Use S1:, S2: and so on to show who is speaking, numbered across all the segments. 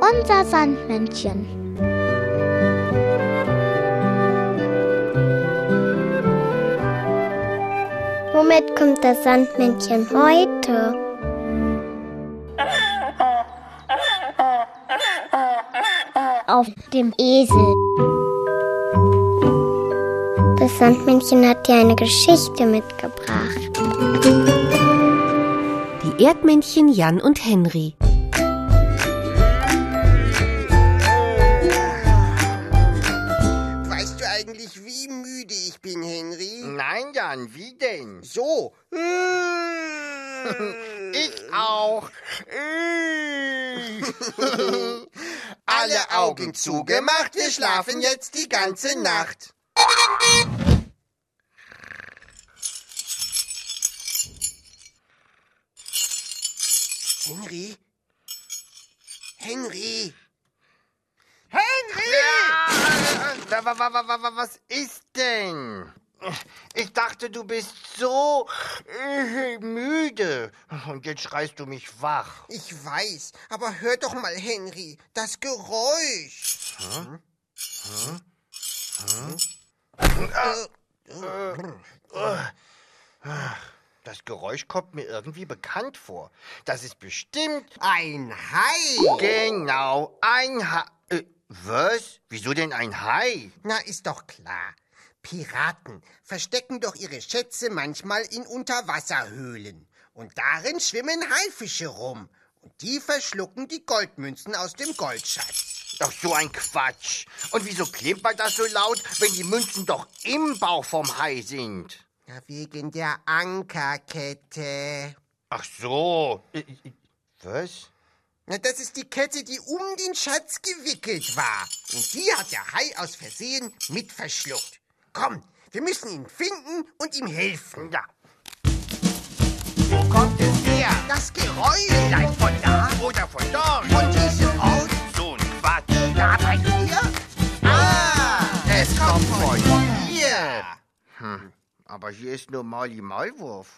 S1: unser Sandmännchen. Womit kommt das Sandmännchen heute? Auf dem Esel. Das Sandmännchen hat dir eine Geschichte mitgebracht.
S2: Die Erdmännchen Jan und Henry.
S3: Weißt du eigentlich, wie müde ich bin, Henry?
S4: Nein, Jan, wie denn?
S3: So.
S4: Ich auch.
S3: Alle Augen zugemacht, wir schlafen jetzt die ganze Nacht. Henry? Henry?
S4: Henry! Wa- wa- wa- wa- wa- wa- Was ist denn? Ich dachte, du bist so äh, müde. Und jetzt schreist du mich wach.
S3: Ich weiß, aber hör doch mal, Henry, das Geräusch.
S4: Das Geräusch kommt mir irgendwie bekannt vor. Das ist bestimmt
S3: Ein Hai.
S4: genau ein Hai. Äh, was? Wieso denn ein Hai?
S3: Na, ist doch klar. Piraten verstecken doch ihre Schätze manchmal in Unterwasserhöhlen. Und darin schwimmen Haifische rum. Und die verschlucken die Goldmünzen aus dem Goldschatz.
S4: Doch so ein Quatsch. Und wieso klimpert das so laut, wenn die Münzen doch im Bauch vom Hai sind?
S3: Na, wegen der Ankerkette.
S4: Ach so. Äh, äh, Was?
S3: Na, das ist die Kette, die um den Schatz gewickelt war. Und die hat der Hai aus Versehen mit verschluckt. Komm, wir müssen ihn finden und ihm helfen.
S4: Ja.
S3: Wo kommt es her? Das Geräusch. Vielleicht von da
S4: Oder von dort.
S3: Von diesem Ort.
S4: So ein Quatsch.
S3: Da bei dir? Ah, es kommt von hier.
S4: Aber hier ist nur Mauli Maulwurf.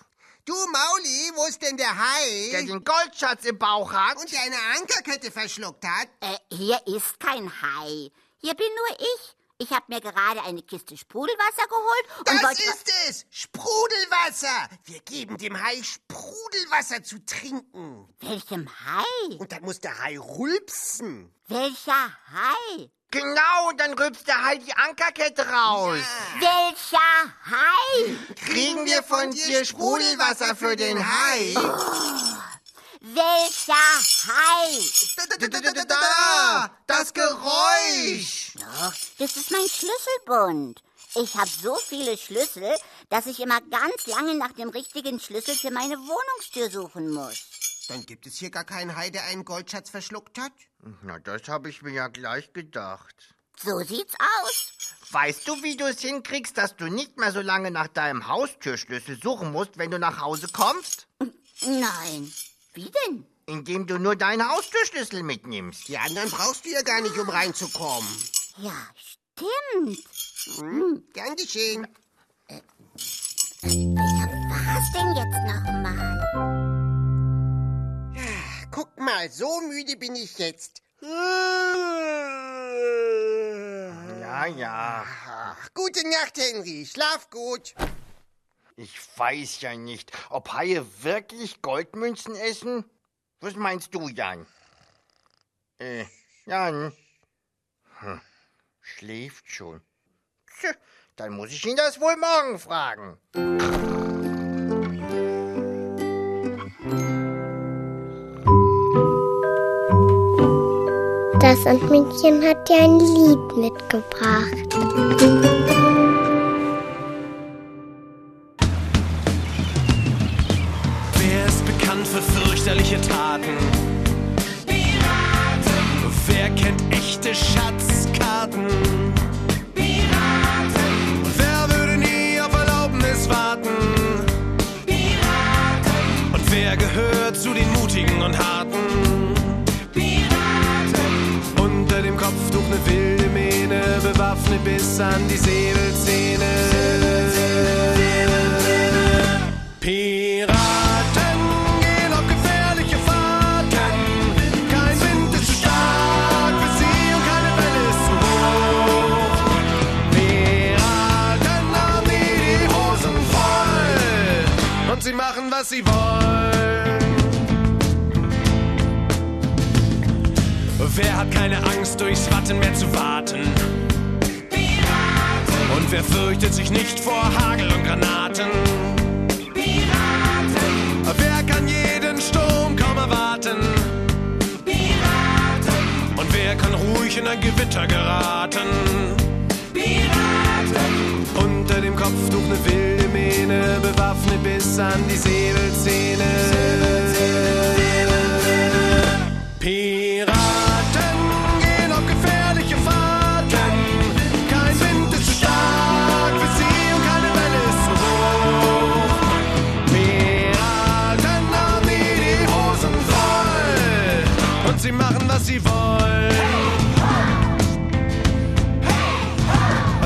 S3: Du Mauli, wo ist denn der Hai?
S4: Der den Goldschatz im Bauch hat.
S3: und der eine Ankerkette verschluckt hat.
S5: Äh, hier ist kein Hai. Hier bin nur ich. Ich habe mir gerade eine Kiste Sprudelwasser geholt und
S3: Das
S5: wollte.
S3: ist es! Sprudelwasser! Wir geben dem Hai Sprudelwasser zu trinken.
S5: Welchem Hai?
S3: Und dann muss der Hai rülpsen.
S5: Welcher Hai?
S4: Genau, und dann rübst der Hai die Ankerkette raus.
S5: Welcher Hai?
S4: Kriegen wir von dir Sprudelwasser für den Hai?
S5: Welcher Hai?
S3: Da, da, da, da, da, da, da, das Geräusch!
S5: Das ist mein Schlüsselbund. Ich habe so viele Schlüssel, dass ich immer ganz lange nach dem richtigen Schlüssel für meine Wohnungstür suchen muss.
S3: Dann gibt es hier gar keinen Hai, der einen Goldschatz verschluckt hat.
S4: Na, das habe ich mir ja gleich gedacht.
S5: So sieht's aus.
S4: Weißt du, wie du es hinkriegst, dass du nicht mehr so lange nach deinem Haustürschlüssel suchen musst, wenn du nach Hause kommst?
S5: Nein. Wie denn?
S4: Indem du nur deinen Haustürschlüssel mitnimmst.
S3: Die anderen brauchst du ja gar nicht, um reinzukommen. Hm,
S5: Ja, stimmt.
S3: Gern geschehen.
S5: Was denn jetzt nochmal?
S3: Guck mal, so müde bin ich jetzt.
S4: Ja, ja.
S3: Ach, gute Nacht, Henry. Schlaf gut.
S4: Ich weiß ja nicht, ob Haie wirklich Goldmünzen essen? Was meinst du, Jan? Äh, Jan? Hm, schläft schon. Tja, dann muss ich ihn das wohl morgen fragen.
S1: Das Sandmännchen hat dir ein Lied mitgebracht.
S6: Wer ist bekannt für fürchterliche Taten? Piraten! Wer kennt echte Schatzkarten? Piraten! Wer würde nie auf Erlaubnis warten? Piraten! Und wer gehört zu den Mutigen und Harten? Piraten! Unter dem Kopftuch eine wilde Mähne, bewaffnet bis an die Säbelzähne. Piraten gehen auf gefährliche Fahrten, kein Wind ist zu stark. was sie wollen. Wer hat keine Angst, durchs Watten mehr zu warten? Und wer fürchtet sich nicht vor Hagel und Granaten? Wer kann jeden Sturm kaum erwarten? Und wer kann ruhig in ein Gewitter geraten? Unter dem Kopftuch eine wilde Mähne, bewaffnet bis an die Säbelzähne. Piraten gehen auf gefährliche Fahrten. Kein Wind ist zu stark für sie und keine Welle ist zu hoch. Piraten haben nie die Hosen voll und sie machen, was sie wollen.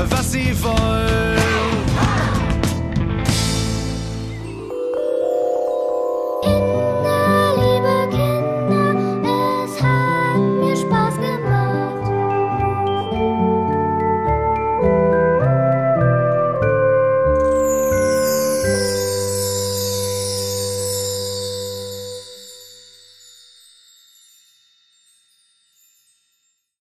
S6: Was sie wollen.